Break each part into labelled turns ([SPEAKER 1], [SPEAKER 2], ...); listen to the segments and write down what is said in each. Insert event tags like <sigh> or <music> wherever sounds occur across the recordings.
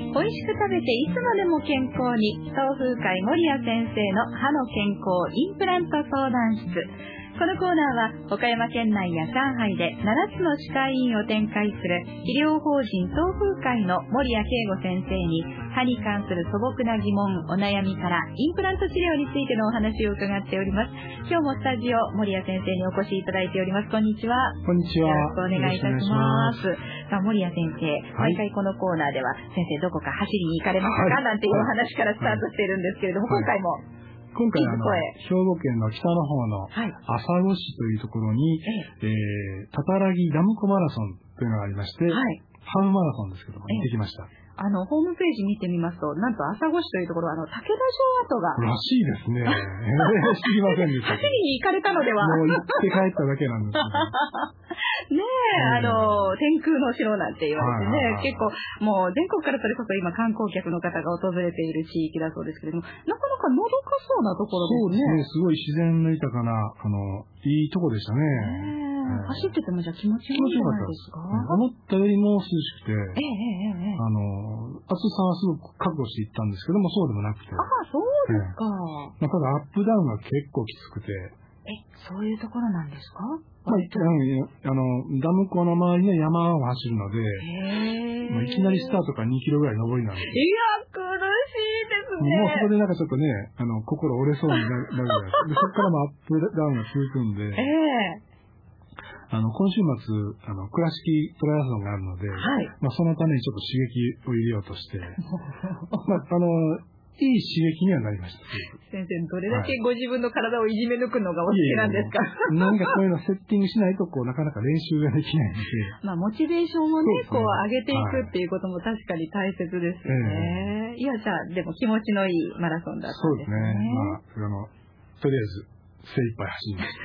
[SPEAKER 1] 食べていつまでも健康に東風会守屋先生の歯の健康インプラント相談室このコーナーは岡山県内や上海で7つの歯科医院を展開する医療法人東風会の森谷慶吾先生に歯に関する素朴な疑問お悩みからインプラント治療についてのお話を伺っております今日もスタジオ森谷先生にお越しいただいておりますこんにちは
[SPEAKER 2] こんにちは。
[SPEAKER 1] よろしくお願いいたします。さあ、森谷先生、
[SPEAKER 2] はい
[SPEAKER 1] 毎回このコーナーでは、先生どこか走りに行かれました
[SPEAKER 2] は
[SPEAKER 1] か
[SPEAKER 2] い
[SPEAKER 1] なんていうお話からスタートしてるんですけれども、
[SPEAKER 2] はい
[SPEAKER 1] 今回も。
[SPEAKER 2] 今回あの
[SPEAKER 1] いい
[SPEAKER 2] 兵庫県の北の方の
[SPEAKER 1] はい。
[SPEAKER 2] 朝来市というところに、
[SPEAKER 1] え
[SPEAKER 2] えー、たたらぎダム湖マラソンというのがありまして、
[SPEAKER 1] えはい。
[SPEAKER 2] ハーフマラソンですけども、
[SPEAKER 1] ええ
[SPEAKER 2] 行ってきました。
[SPEAKER 1] あの、ホームページ見てみますと、なんと朝来市というところ、あの、武田城跡が、
[SPEAKER 2] らしいですね。えー <laughs> 知りませんでした
[SPEAKER 1] 走
[SPEAKER 2] けど。
[SPEAKER 1] りに行かれたのでは、
[SPEAKER 2] もう
[SPEAKER 1] ね
[SPEAKER 2] 行って帰っただけなんですけど。
[SPEAKER 1] え、 <laughs> あの、天空の城なんて言われてね、
[SPEAKER 2] はいはいはい
[SPEAKER 1] 結構、もう全国からそれこそ今観光客の方が訪れている地域だそうですけれども、なかなかのどか <laughs> そうなところ
[SPEAKER 2] そう
[SPEAKER 1] で
[SPEAKER 2] ですす
[SPEAKER 1] ね。
[SPEAKER 2] ね。すごい自然の豊かな、あの、いいとこでしたね。
[SPEAKER 1] ねえ
[SPEAKER 2] うん
[SPEAKER 1] 走っててもじゃあ気持ちいいんじゃないですか
[SPEAKER 2] 思ったよりも涼し
[SPEAKER 1] え
[SPEAKER 2] くて、
[SPEAKER 1] えええええ。
[SPEAKER 2] あの、暑さはすごく覚悟して行ったんですけども、そうでもなくて。
[SPEAKER 1] ああ、そうですか。
[SPEAKER 2] まあ、ただアップダウンが結構きつくて、
[SPEAKER 1] え、そういうところなんですか
[SPEAKER 2] まあ、あの、ダム湖の周りの山を走るので、
[SPEAKER 1] へえ。
[SPEAKER 2] まあ、いきなりスタートから2キロぐらい上りなん
[SPEAKER 1] い
[SPEAKER 2] で、
[SPEAKER 1] や、苦しいですね。
[SPEAKER 2] もうそこでなんかちょっとね、あの、心折れそうになるなるじゃないですか。で、そこからもアップダウンが続くんで
[SPEAKER 1] え、え
[SPEAKER 2] あの、今週末、あの、倉敷トライアスロンがあるので、
[SPEAKER 1] はい。
[SPEAKER 2] まあ、そのためにちょっと刺激を入れようとして、まあ、あの、いい刺激にはなり
[SPEAKER 1] <laughs>
[SPEAKER 2] ました。
[SPEAKER 1] 先生、どれだけご自分の体をいじめ抜くのがお好
[SPEAKER 2] いえい
[SPEAKER 1] き
[SPEAKER 2] え
[SPEAKER 1] なんですか
[SPEAKER 2] なんかこういうのセッティングしないと、こう、なかなか練習ができないので、
[SPEAKER 1] まあ、モチベーションをね、こ
[SPEAKER 2] そ
[SPEAKER 1] う、
[SPEAKER 2] うですね
[SPEAKER 1] 上げていくっていうことも確かに大切ですよね。いや、じゃあ、でも気持ちのいいマラソンだった
[SPEAKER 2] そ
[SPEAKER 1] ん
[SPEAKER 2] う
[SPEAKER 1] で
[SPEAKER 2] ですす
[SPEAKER 1] ね
[SPEAKER 2] ね。。まあ、あの、とりあえず、精一杯走りまし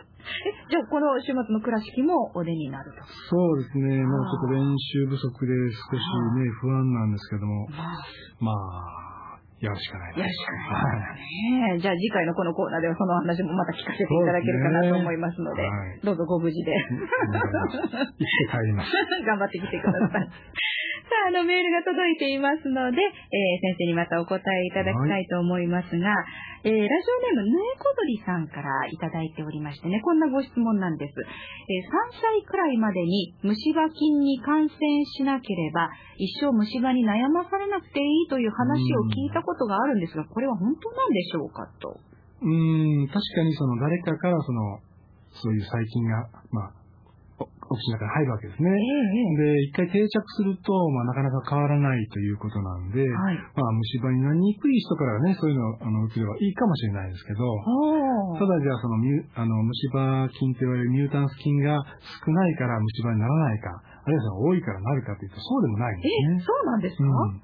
[SPEAKER 2] た。
[SPEAKER 1] え、じゃあ、この週末の倉敷もお出になると。
[SPEAKER 2] <laughs> そうですね。もうちょっと練習不足で少しね、不安なんですけども、
[SPEAKER 1] まあ、
[SPEAKER 2] まあ、やるしかないな
[SPEAKER 1] やるしかない
[SPEAKER 2] はい。
[SPEAKER 1] ねえ、じゃあ次回のこのコーナーではそのお話もまた聞かせていただけるかなと思いますので、
[SPEAKER 2] はい。
[SPEAKER 1] どうぞご無事で <laughs>
[SPEAKER 2] 行って帰 <laughs> ります。
[SPEAKER 1] 頑張ってきてください。
[SPEAKER 2] <laughs>
[SPEAKER 1] さあ、あのメールが届いていますので、えー先生にまたお答えいただきたいと思いますが、えーラジオネーム、ぬえこどりさんからいただいておりましてね、こんなご質問なんです。え3歳くらいまでに虫歯菌に感染しなければ、一生虫歯に悩まされなくていいという話を聞いたことがあるんですが、これは本当なんでしょうかと。
[SPEAKER 2] うーん、確かにその誰かからその、そういう細菌が、まあ、おお口の中に入るわけですね。で、一回定着すると、まあ、なかなか変わらないということなんで、
[SPEAKER 1] はい。
[SPEAKER 2] まあ、虫歯になりにくい人からね、そういうのを、あの、移ればいいかもしれないですけど、
[SPEAKER 1] お
[SPEAKER 2] ただじゃあそのミュあの虫歯菌と言われるミュータンス菌が少ないから虫歯にならないか、あるいはその多いからなるかというとそうでもないん
[SPEAKER 1] え、
[SPEAKER 2] ですね。
[SPEAKER 1] そうなんですか、
[SPEAKER 2] うん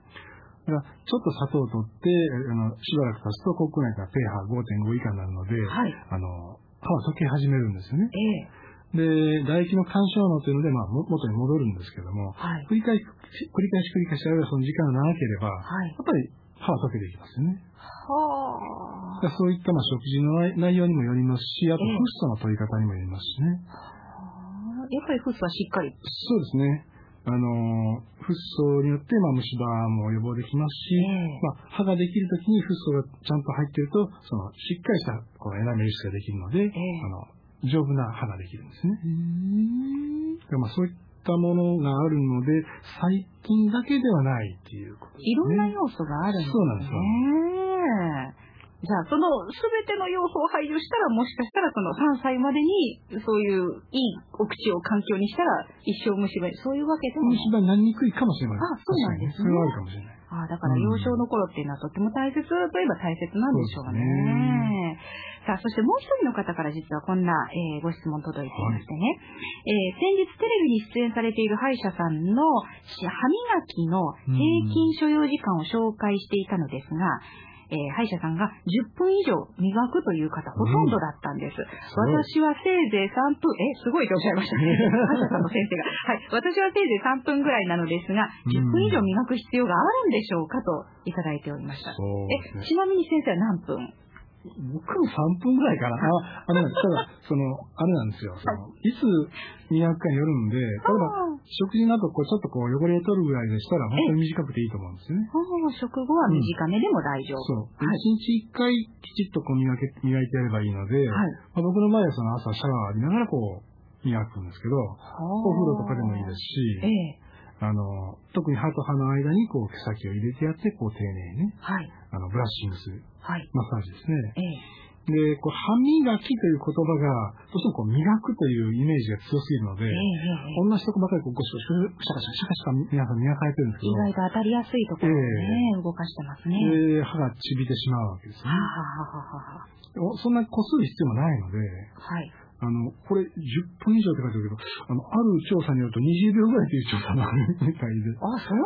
[SPEAKER 2] だからちょっと砂糖を取って、あのしばらく経つと国内から pH5.5 以下になるので、
[SPEAKER 1] はい。
[SPEAKER 2] あの歯は溶け始めるんですよね。
[SPEAKER 1] ええ
[SPEAKER 2] で、唾液の干渉能というので、まあ、も元に戻るんですけども、
[SPEAKER 1] はい。
[SPEAKER 2] 繰り返し、繰り返し繰り返し、あるいはその時間が長ければ、や
[SPEAKER 1] はい。
[SPEAKER 2] っぱり歯は溶けていきますよね。
[SPEAKER 1] は
[SPEAKER 2] だからそういったまあ食事の内内容にもよりますし、あと
[SPEAKER 1] ええ
[SPEAKER 2] フッ素の取り方にもよりますしね。
[SPEAKER 1] あ。やっぱりフッ素はしっかり。
[SPEAKER 2] そうですね。あのー、フッ素によってまあ虫歯も予防できますし、
[SPEAKER 1] ええ
[SPEAKER 2] まあ、歯ができるときにフッ素がちゃんと入っていると、そのしっかりしたこのエナメル質ができるので、あの丈夫な歯ができるんですね。
[SPEAKER 1] うーん。
[SPEAKER 2] だからまあそういったものがあるので、細菌だけではないっていうことですね。
[SPEAKER 1] いろんな要素があるんですね。
[SPEAKER 2] そうなんですよ
[SPEAKER 1] じゃあ、そのすべての要素を排除したら、もしかしたらその3歳までに、そういういいお口を環境にしたら、一生虫歯に、そういうわけでもない
[SPEAKER 2] 虫歯になりにくいかもしれない。
[SPEAKER 1] あそうなんですね
[SPEAKER 2] 確かにそれ
[SPEAKER 1] ああ、
[SPEAKER 2] はあるかもしれない。
[SPEAKER 1] だから
[SPEAKER 2] う
[SPEAKER 1] 幼
[SPEAKER 2] ん
[SPEAKER 1] 少の頃っていうのはとっても大切といえば大切なんでしょうね。さあ、そしてもう一人の方から実はこんな、えーご質問届いていましてね、えー先日テレビに出演されている歯医者さんのし歯磨きの平均所要時間を紹介していたのですが、えー歯医者さんが10分以上磨くという方ほとんどだったんです。
[SPEAKER 2] すごい
[SPEAKER 1] 私はせいぜい3分、え、すごいとおっしゃいました
[SPEAKER 2] <laughs>
[SPEAKER 1] ね。歯医者さんの先生が。はい。私はせいぜい3分ぐらいなのですが、
[SPEAKER 2] うん
[SPEAKER 1] 10分以上磨く必要があるんでしょうかといただいておりました。
[SPEAKER 2] そうですね
[SPEAKER 1] え、ちなみに先生は何分
[SPEAKER 2] 僕も3分ぐらいかな。あ、あの、ただ、その、あれなんですよ。そのいつ200回によるんで、例え
[SPEAKER 1] ああ
[SPEAKER 2] ば、食事など、こう、ちょっとこう、汚れを取るぐらいでしたら、本当に短くていいと思うんですよね。
[SPEAKER 1] 食後は短めでも大丈夫。
[SPEAKER 2] そう。1日1回、きちっとこう、磨け、磨いてやればいいので、
[SPEAKER 1] はい。
[SPEAKER 2] まあ僕の場合はその朝シャワー浴びながらこう、磨くんですけど、お
[SPEAKER 1] お
[SPEAKER 2] 風呂とかでもいいです
[SPEAKER 1] ええ。
[SPEAKER 2] し、あの、特に歯と歯の間にこう、毛先を入れてやって、こう、丁寧にね、
[SPEAKER 1] はい。
[SPEAKER 2] あの、ブラッシングする、
[SPEAKER 1] はい。
[SPEAKER 2] マッサージですね。
[SPEAKER 1] ええ。
[SPEAKER 2] で、こう歯磨きという言葉が、どうしてもこう磨くというイメージが強すぎるので、
[SPEAKER 1] ええ。ええ
[SPEAKER 2] 同じとこばかりこうゴシゴシ、シャカシャカシャカシャカ皆さん磨かれてるんですけ
[SPEAKER 1] 意外と当たりやすいところをね、動かしてますね。
[SPEAKER 2] ど、で歯がちびてしまうわけです
[SPEAKER 1] はあ、。
[SPEAKER 2] ね
[SPEAKER 1] はあはあは
[SPEAKER 2] おそんなこする必要もないので、
[SPEAKER 1] あ、はい。
[SPEAKER 2] あの、これ10分以上って書いてあるけど、あの、ある調査によると20秒ぐらいという調査もあるみたいで、
[SPEAKER 1] あ、そう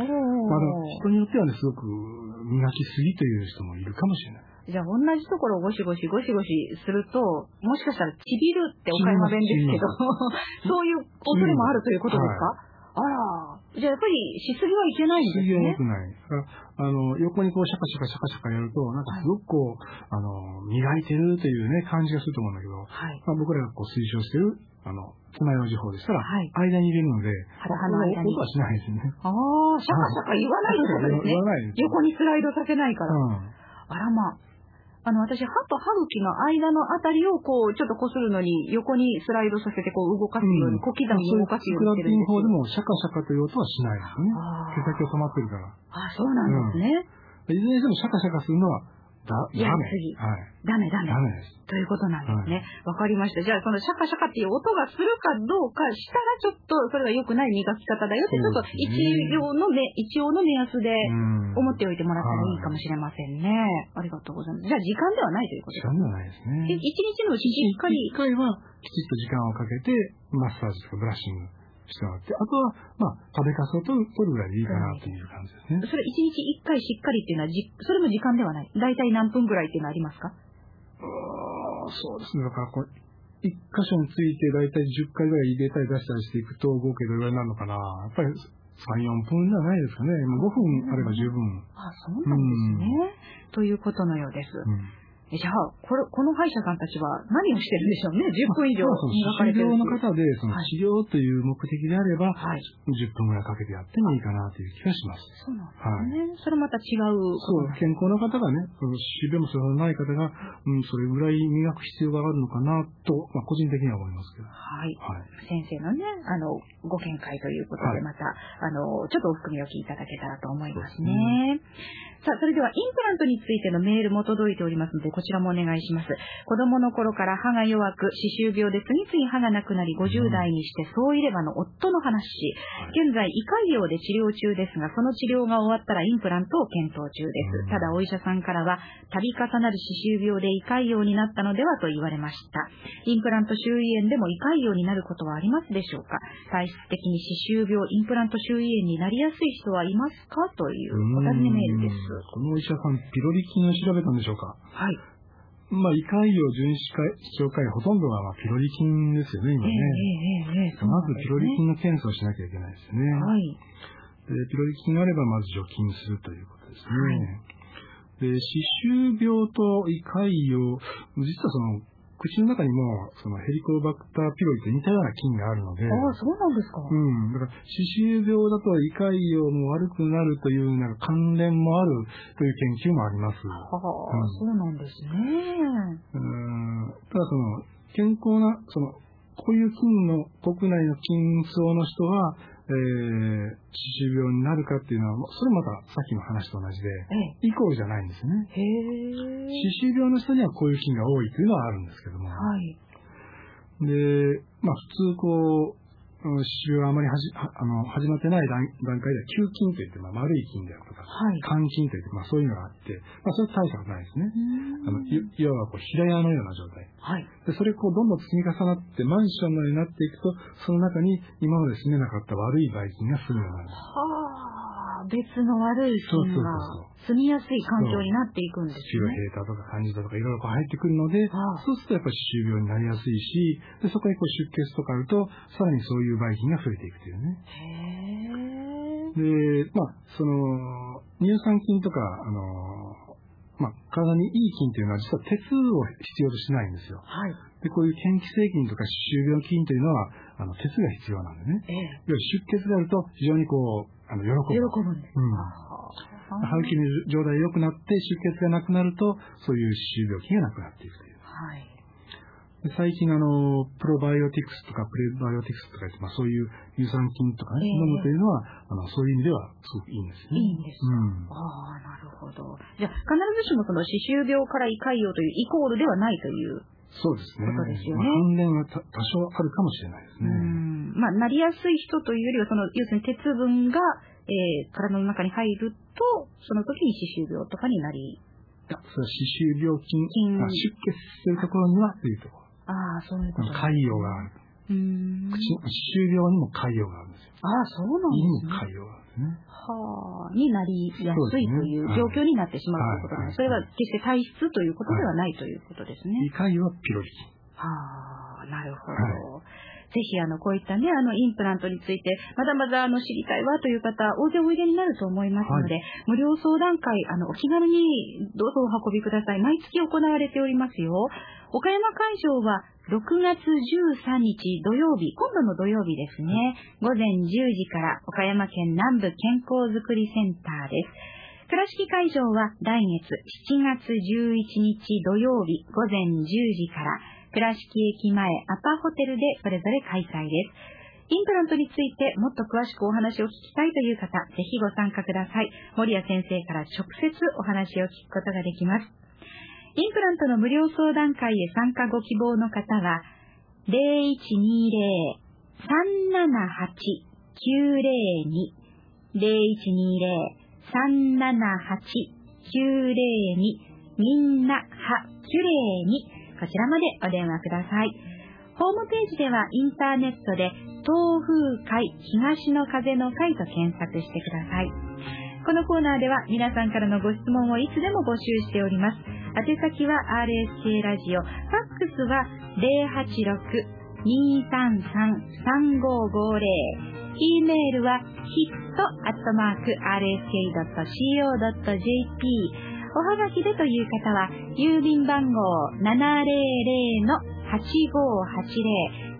[SPEAKER 1] なんですか。お
[SPEAKER 2] まだ
[SPEAKER 1] お。
[SPEAKER 2] 人によってはね、すごく磨きすぎという人もいるかもしれない。
[SPEAKER 1] じゃあ、同じところをゴシゴシゴシゴシすると、もしかしたらちびるって岡山弁ですけど、そういう恐れもあるということですか、あら、じゃあやっぱりしすぎはいけないんです
[SPEAKER 2] 水温良
[SPEAKER 1] ね。
[SPEAKER 2] くない。だからあの、横にこうシャカシャカシャカシャカやると、なんかすごくこう、あの、磨いてるというね、感じがすると思うんだけど、
[SPEAKER 1] はい。
[SPEAKER 2] まあ、僕らがこう推奨してる、あの、爪楊枝法でしたら、
[SPEAKER 1] はい
[SPEAKER 2] 間に入れるので、
[SPEAKER 1] 肌歯の間に
[SPEAKER 2] 音。はしないですね。
[SPEAKER 1] ああ、シャカシャカ言わないってことです
[SPEAKER 2] 言
[SPEAKER 1] ね。
[SPEAKER 2] わないです。
[SPEAKER 1] 横にスライドさせないから。
[SPEAKER 2] うん。
[SPEAKER 1] あらまあ。あの、私、歯と歯茎の間のあたりをこう、ちょっとこするのに、横にスライドさせてこう動かすように、
[SPEAKER 2] うん
[SPEAKER 1] 小刻みに動かす
[SPEAKER 2] ス
[SPEAKER 1] よ
[SPEAKER 2] クラ
[SPEAKER 1] う
[SPEAKER 2] ッ
[SPEAKER 1] にして
[SPEAKER 2] ピ
[SPEAKER 1] るんで
[SPEAKER 2] ング
[SPEAKER 1] す
[SPEAKER 2] 法
[SPEAKER 1] よ
[SPEAKER 2] でもシャカシャカという音はしないですね。
[SPEAKER 1] あ
[SPEAKER 2] 毛先が止まってるから。
[SPEAKER 1] ーあ、そうなんですね。
[SPEAKER 2] いずれにしてもシャカシャカするのは、だ、ダメ。
[SPEAKER 1] や
[SPEAKER 2] は
[SPEAKER 1] りすぎ
[SPEAKER 2] い。
[SPEAKER 1] ダメダメ
[SPEAKER 2] ダ。メです。
[SPEAKER 1] ということなんですね。わ、かりました。じゃあ、そのシャカシャカっていう音がするかどうかしたら、ちょっとそれが良くない磨き方だよって、ちょっと一応の目、一応の目安で
[SPEAKER 2] うん。
[SPEAKER 1] 思っておいてもらったらいいかもしれませんね。ありがとうございます。じゃあ、時間ではないということ
[SPEAKER 2] 時
[SPEAKER 1] です。
[SPEAKER 2] 間ではないですね。
[SPEAKER 1] で一日のうちしっかり
[SPEAKER 2] 一、回はきちっと時間をかけて、マッサージとかブラッシングしてもらって、あとは、まあ、食べかすを取る取るぐらいでいいかなという感じですね。
[SPEAKER 1] それ一日一回しっかりっていうのはじ、それも時間ではない。だいたい何分ぐらいっていうのはありますか
[SPEAKER 2] あーそうですね。だからこう、一箇所についてだいたい10回ぐらい入れたり出したりしていくと、合計どれぐらいになるのかな。やっぱり3、4分じゃないですかね。もう5分あれば十分。
[SPEAKER 1] あ、そうなんですね。ということのようです。
[SPEAKER 2] うん。
[SPEAKER 1] えじゃあ、これ、この歯医者さんたちは何をしてるんでしょうね。10分以上
[SPEAKER 2] まあ
[SPEAKER 1] 磨かれてるっていう。
[SPEAKER 2] その治療の方で、そ
[SPEAKER 1] は
[SPEAKER 2] の
[SPEAKER 1] い
[SPEAKER 2] 治療という目的であれ
[SPEAKER 1] は
[SPEAKER 2] ば、
[SPEAKER 1] い。
[SPEAKER 2] 10分ぐらいかけてやってもいいかなという気がします。
[SPEAKER 1] そうなんですね。それまた違うこと
[SPEAKER 2] そう
[SPEAKER 1] なん、です
[SPEAKER 2] 健康な方がね、そのしびれもそれのない方が、うん、それぐらい磨く必要があるのかなと、まあ、個人的には思いますけど。は
[SPEAKER 1] はい。
[SPEAKER 2] い。
[SPEAKER 1] 先生のね、あの、ご見解ということ
[SPEAKER 2] は
[SPEAKER 1] で、
[SPEAKER 2] い
[SPEAKER 1] また、あの、ちょっとお含みを聞いていただけたらと思います
[SPEAKER 2] そうです
[SPEAKER 1] ね。さあ、それでは、インプラントについてのメールも届いておりますので、こちらもお願いします。子供の頃から歯が弱く、歯周病で次々歯がなくなり、50代にして総入れ歯の夫の話。現在、胃潰瘍で治療中ですが、その治療が終わったらインプラントを検討中で
[SPEAKER 2] う
[SPEAKER 1] す。
[SPEAKER 2] ん
[SPEAKER 1] ただ、お医者さんからは、度重なる歯周病で胃潰瘍になったのではと言われました。インプラント周囲炎でも胃潰瘍になることはありますでしょうか体質的に歯周病、インプラント周囲炎になりやすい人はいますかというお尋ねメールです。
[SPEAKER 2] うーんこのお医者さん、ピロリ菌を調べたんでしょうか
[SPEAKER 1] はい。
[SPEAKER 2] まあ、胃潰瘍、巡視会、視聴会、ほとんどが、まあ、ピロリ菌ですよね、今
[SPEAKER 1] ええ
[SPEAKER 2] ね。
[SPEAKER 1] ええええ、そう
[SPEAKER 2] ま
[SPEAKER 1] なん
[SPEAKER 2] ず、
[SPEAKER 1] で
[SPEAKER 2] ピ
[SPEAKER 1] す
[SPEAKER 2] ロリ
[SPEAKER 1] ね。
[SPEAKER 2] 菌の検査をしなきゃいけないですね。
[SPEAKER 1] はい。
[SPEAKER 2] でピロリ菌があれば、まず除菌するということですね。
[SPEAKER 1] はい
[SPEAKER 2] で、歯周病と胃潰瘍、実はその、口の中にも、そのヘリコバクターピロリと似たような菌があるの
[SPEAKER 1] あ
[SPEAKER 2] で、
[SPEAKER 1] あ、そうなんですか。
[SPEAKER 2] うん。だから、歯周病だと胃潰瘍も悪くなるという、なんか関連もあるという研究もあります。
[SPEAKER 1] はあ、
[SPEAKER 2] うん
[SPEAKER 1] そうなんですね。
[SPEAKER 2] うん。ただその、健康な、その、こういう菌の、国内の菌層の人は、えー、歯周病になるかっていうのは、それまたさっきの話と同じで、
[SPEAKER 1] ええ。
[SPEAKER 2] イコールじゃないんですよね。
[SPEAKER 1] へえ。
[SPEAKER 2] 歯周病の人にはこういう菌が多いというのはあるんですけども。
[SPEAKER 1] はい。
[SPEAKER 2] で、まあ普通こう、うん歯周病はあまりはじはあの始まってない段段階では、球菌といって、まあ、丸い菌であるとか、
[SPEAKER 1] はい。
[SPEAKER 2] 肝菌といって、まあそういうのがあって、まあそれは大したことないですね。あの、
[SPEAKER 1] うん
[SPEAKER 2] いいわばこう、平屋のような状態。
[SPEAKER 1] はい。
[SPEAKER 2] で、それこう、どんどん積み重なって、マンションのようになっていくと、その中に今まで住めなかった悪いばい菌が住むようになる。
[SPEAKER 1] はあ、別の悪い
[SPEAKER 2] そう
[SPEAKER 1] 菌
[SPEAKER 2] そうそう
[SPEAKER 1] が住みやすい環境になっていくんです
[SPEAKER 2] 土
[SPEAKER 1] ね
[SPEAKER 2] が。平たとか感じたとかいろいろこう入ってくるので、
[SPEAKER 1] ああ
[SPEAKER 2] そうするとやっぱり歯周病になりやすいし、でそこにこう出血とかあると、さらにそういうばい菌が増えていくという
[SPEAKER 1] へえ。
[SPEAKER 2] ね。で、まあ、その、乳酸菌とか、あの、まあ、体にいい菌というのは実は鉄を必要としないんですよ。
[SPEAKER 1] はい。
[SPEAKER 2] で、こういう嫌気性菌とか歯周病菌というのは、あの、鉄が必要なんでね。
[SPEAKER 1] ええ。
[SPEAKER 2] 要は出血があると非常にこう、あの、喜
[SPEAKER 1] 喜
[SPEAKER 2] ぶ。
[SPEAKER 1] ぶんです。
[SPEAKER 2] うん
[SPEAKER 1] はあ
[SPEAKER 2] 歯茎の状態が良くなって出血がなくなると、そういう歯周病菌がなくなっていく
[SPEAKER 1] はい。
[SPEAKER 2] という。で最近あの、プロバイオティクスとかプレバイオティクスとか言って、まあそういう乳酸菌とか
[SPEAKER 1] え
[SPEAKER 2] ね、
[SPEAKER 1] え
[SPEAKER 2] 飲むというのは、あの、そういう意味ではすごくいいんです
[SPEAKER 1] い
[SPEAKER 2] ね。
[SPEAKER 1] いんです。
[SPEAKER 2] うん。
[SPEAKER 1] ああ、なるほど。じゃあ、必ずしもその歯周病から胃潰瘍というイコールではないという。
[SPEAKER 2] そうですね。
[SPEAKER 1] ことですよね
[SPEAKER 2] まあ関連はた多少あるかもしれないです
[SPEAKER 1] う
[SPEAKER 2] ね。
[SPEAKER 1] ん。まあ、なりやすい人というよりは、その、要するに鉄分が、えー、体の中に入ると、その時に歯周病とかになり、
[SPEAKER 2] いやそれは歯周病菌、
[SPEAKER 1] 菌
[SPEAKER 2] あ出血するところにはというところ。
[SPEAKER 1] ああ、そういうこ
[SPEAKER 2] あ
[SPEAKER 1] と
[SPEAKER 2] の
[SPEAKER 1] なんですね。うん。
[SPEAKER 2] 潰瘍がある。口の、歯周病にも潰瘍があるんですよ。
[SPEAKER 1] ああ、そうなん
[SPEAKER 2] 胃
[SPEAKER 1] です
[SPEAKER 2] に
[SPEAKER 1] ね
[SPEAKER 2] も。潰瘍があるんですね。
[SPEAKER 1] はあ、になりやすいという
[SPEAKER 2] そうですね
[SPEAKER 1] 状況になってしまうということなんです。そ
[SPEAKER 2] は
[SPEAKER 1] れ
[SPEAKER 2] いは
[SPEAKER 1] はい決して体質ということではないということですね。
[SPEAKER 2] 胃潰瘍はピロリ菌。
[SPEAKER 1] はあ、なるほど。ぜひ、あの、こういったね、あの、インプラントについて、まだまだ、あの、知りたいわという方、大勢おいでになると思いますので、無料相談会、あの、お気軽にどうぞお運びください。毎月行われておりますよ。岡山会場は、6月13日土曜日、今度の土曜日ですね、午前10時から、岡山県南部健康づくりセンターです。倉敷会場は来月7月11日土曜日午前10時から倉敷駅前アパホテルでそれぞれ開催です。インプラントについてもっと詳しくお話を聞きたいという方、ぜひご参加ください。森谷先生から直接お話を聞くことができます。インプラントの無料相談会へ参加ご希望の方は、0120-378-902 0120-378-902みんなはキュレイにこちらまでお電話ください。ホームページではインターネットで東風会東の風の会と検索してください。このコーナーでは皆さんからのご質問をいつでも募集しております。宛先は RSK ラジオ、ファックスは086-233-3550、e メールは hit.rsk.co.jp おはがきでという方は、郵便番号700-8580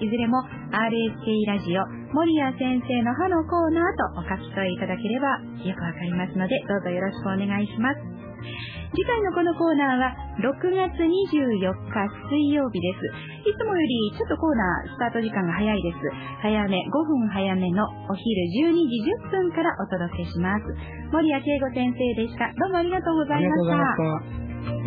[SPEAKER 1] いずれも RSK ラジオ森谷先生の歯のコーナーとお書き添えいただければよくわかりますので、どうぞよろしくお願いします。次回のこのコーナーは6月24日水曜日です。いつもよりちょっとコーナースタート時間が早いです。早め、5分早めのお昼12時10分からお届けします。森谷慶吾先生でした。どうもありがとうござ
[SPEAKER 2] あ
[SPEAKER 1] い
[SPEAKER 2] りがとうご
[SPEAKER 1] ました
[SPEAKER 2] ざいまし。た。